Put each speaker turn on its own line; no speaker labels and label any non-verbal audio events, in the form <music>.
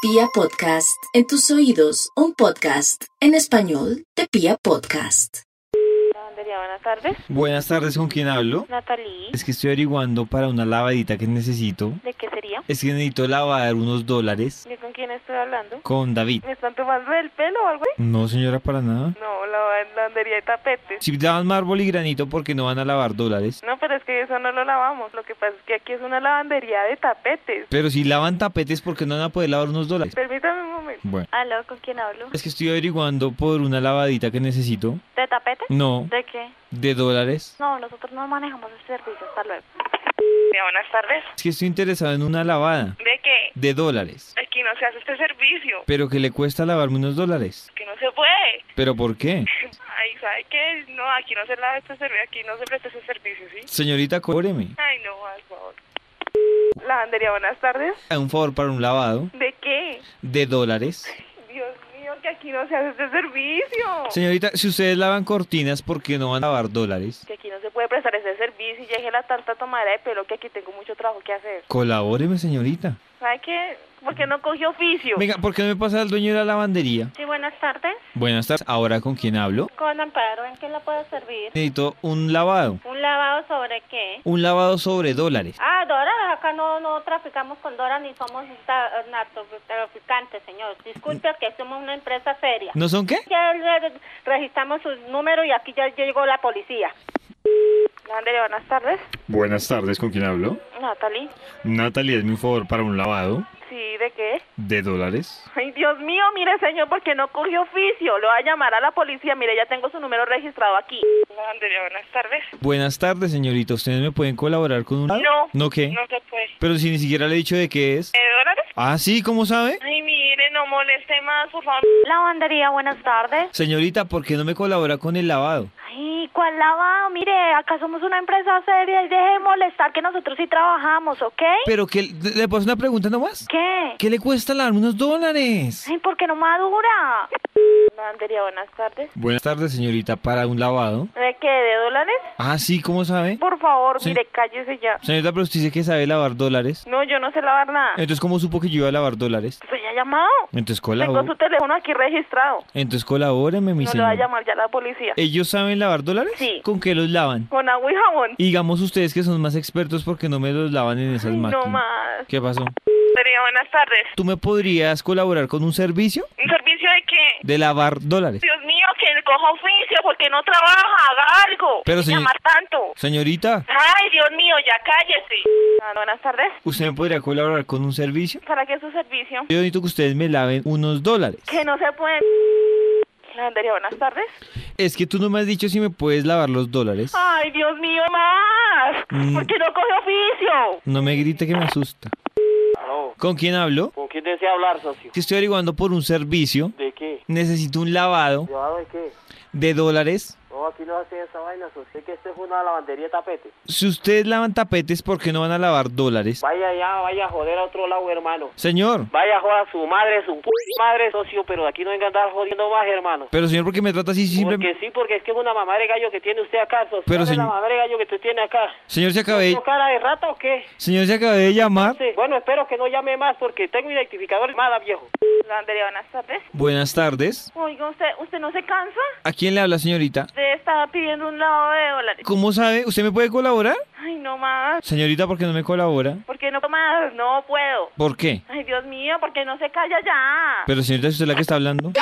Pia Podcast, en tus oídos, un podcast en español de Pia Podcast.
Lavandería, buenas tardes.
Buenas tardes, ¿con quién hablo?
Natalie,
Es que estoy averiguando para una lavadita que necesito.
¿de qué sería?
Es que necesito lavar unos dólares
¿Yo con quién estoy hablando?
con David.
¿Me están tomando el pelo o algo? así?
No, señora, para nada.
No, la lavandería de tapetes.
Si lavan mármol y granito, ¿por qué no van a lavar dólares?
No, pero es que eso no lo lavamos. Lo que pasa es que aquí es una lavandería de tapetes.
Pero si lavan tapetes, ¿por qué no van a poder lavar unos dólares?
Permítame un momento.
Bueno,
¿Aló? ¿Con quién hablo?
es que estoy averiguando por una lavadita que necesito.
¿De tapete?
No,
¿De qué?
de dólares.
No, nosotros no manejamos ese servicio. Hasta luego.
buenas tardes.
Es que estoy interesado en una lavada
¿De qué?
de dólares.
Aquí no se hace este servicio.
Pero que le cuesta lavarme unos dólares.
Que no se puede. <laughs>
¿Pero por qué?
Ay, ¿sabe qué? No, aquí no se lava este servicio. Aquí no se presta ese servicio, ¿sí?
Señorita, cóbreme.
Ay, no, por favor. Lavandería, buenas tardes.
A un favor para un lavado
¿De qué?
de dólares.
Dios mío, que aquí no se hace este servicio.
Señorita, si ustedes lavan cortinas, ¿por qué no van a lavar dólares?
que aquí no se puede prestar ese servicio y ya dejé la tanta tomadera de pelo que aquí tengo mucho trabajo que hacer.
Colabóreme, señorita.
¿Sabe qué? ¿Por qué no cogió oficio?
Venga, ¿por qué no me pasa al dueño de la lavandería?
Sí, buenas tardes.
Buenas tardes, ¿ahora con quién hablo?
Con Amparo, ¿en qué la puedo servir?
Necesito un lavado.
¿Un lavado sobre qué?
Un lavado sobre dólares.
Ah, Dora, acá no, no traficamos con Dora ni somos ta- narcotraficantes, señor. Disculpe que somos una empresa seria.
¿No son qué?
Ya le registramos su número y aquí ya llegó la policía.
Lavandería, buenas tardes.
Buenas tardes, ¿con quién hablo?
Natalie.
Natalia, es mi favor para un lavado
Sí, ¿de qué?
de dólares.
Ay, Dios mío, mire, señor, ¿por qué no cogió oficio? Lo va a llamar a la policía. Mire, ya tengo su número registrado aquí. Lavandería, buenas tardes.
Buenas tardes, señorita. ¿Ustedes me pueden colaborar con un
¿Ah?
No. Eh.
¿No qué?
se puede.
Pero si ni siquiera le he dicho de qué es.
¿De dólares?
Ah, sí, ¿cómo sabe?
Ay, mire, no moleste más, por favor.
Lavandería, buenas tardes.
Señorita, ¿por qué no me colabora con el lavado?
Ay, ¿cuál lavado? Mire, acá somos una empresa seria y deje de molestar que nosotros sí trabajamos, ¿ok?
Pero que le paso una pregunta nomás.
¿Qué?
¿Qué le cuesta lavarme unos dólares?
Ay, ¿por qué no madura?
Lavandería, buenas tardes.
Buenas tardes, señorita, para un lavado.
¿De qué? ¿De dólares?
Ah, sí, ¿cómo sabe?
Por favor,
Sí.
mire, cállese ya.
Señorita, pero usted dice que sabe lavar dólares.
No, yo no sé lavar nada.
Entonces, ¿cómo supo que yo iba a lavar dólares?
Soy ha llamado.
Entonces,
Ah. Tengo su
colabó.
teléfono aquí registrado.
Entonces, colabóreme, mi
No lo va a
señor. Eh.
llamar ya la policía.
¿Ellos saben lavar dólares?
Sí.
¿Con qué los lavan?
Con agua y jabón.
Y digamos ustedes que son más expertos porque no me los lavan en esas
Ay,
máquinas.
no más.
¿Qué pasó?
Sería buenas tardes.
¿Tú me podrías colaborar con un servicio
¿Un servicio de qué?
de lavar dólares?
Dios mío, que coja oficio porque no trabaja, haga algo.
Pero,
¿Qué
señor-
llamar tanto.
Señorita,
Ay, Dios mío, ya cállese. Ah, buenas tardes.
¿usted me podría colaborar con un servicio?
¿Para qué es su servicio?
Yo necesito que ustedes me laven unos dólares.
Que no se puede. Lavandería, buenas tardes.
Es que tú no me has dicho si me puedes lavar los dólares.
Ay, Dios mío, más.
Mm.
¿Por qué no coge oficio?
No me grite que me asusta.
Aló,
¿Con quién hablo?
¿con quién desea hablar, socio?
Que estoy averiguando por un servicio.
¿De qué?
Necesito un lavado
¿Llevado de qué?
de dólares.
No, aquí no hacen esa vaina, socio. Es que esto es una lavandería de tapetes.
Si ustedes lavan tapetes, ¿por qué no van a lavar dólares?
Vaya allá, vaya a joder a otro lado, hermano.
Señor,
Vaya a joder a su madre, su p madre, socio, pero aquí no venga a andar jodiendo más, hermano.
pero señor, ¿por qué me trata así simplemente?
Porque sí, porque es que es una mamá de gallo que tiene usted acá, socio.
Pero,
¿Cuál es la
señor-
mamá de gallo que usted tiene acá?
Señor, se acabé,
¿Tengo cara de rata o qué?
señor, se acabé de llamar.
Sí. Bueno, espero que no llame más porque tengo identificador mala, viejo.
Lavandería, buenas tardes.
Buenas tardes.
Oiga, ¿usted, ¿usted no se cansa?
¿A quién le habla, señorita?
Usted estaba pidiendo un lavado de dólares.
¿Cómo sabe? ¿Usted me puede colaborar?
Ay, no más.
Señorita, ¿por qué no me colabora?
¿Por qué no más? No puedo.
¿Por qué?
Ay, Dios mío, ¿por qué no se calla ya?
Pero señorita, ¿es usted la que está hablando?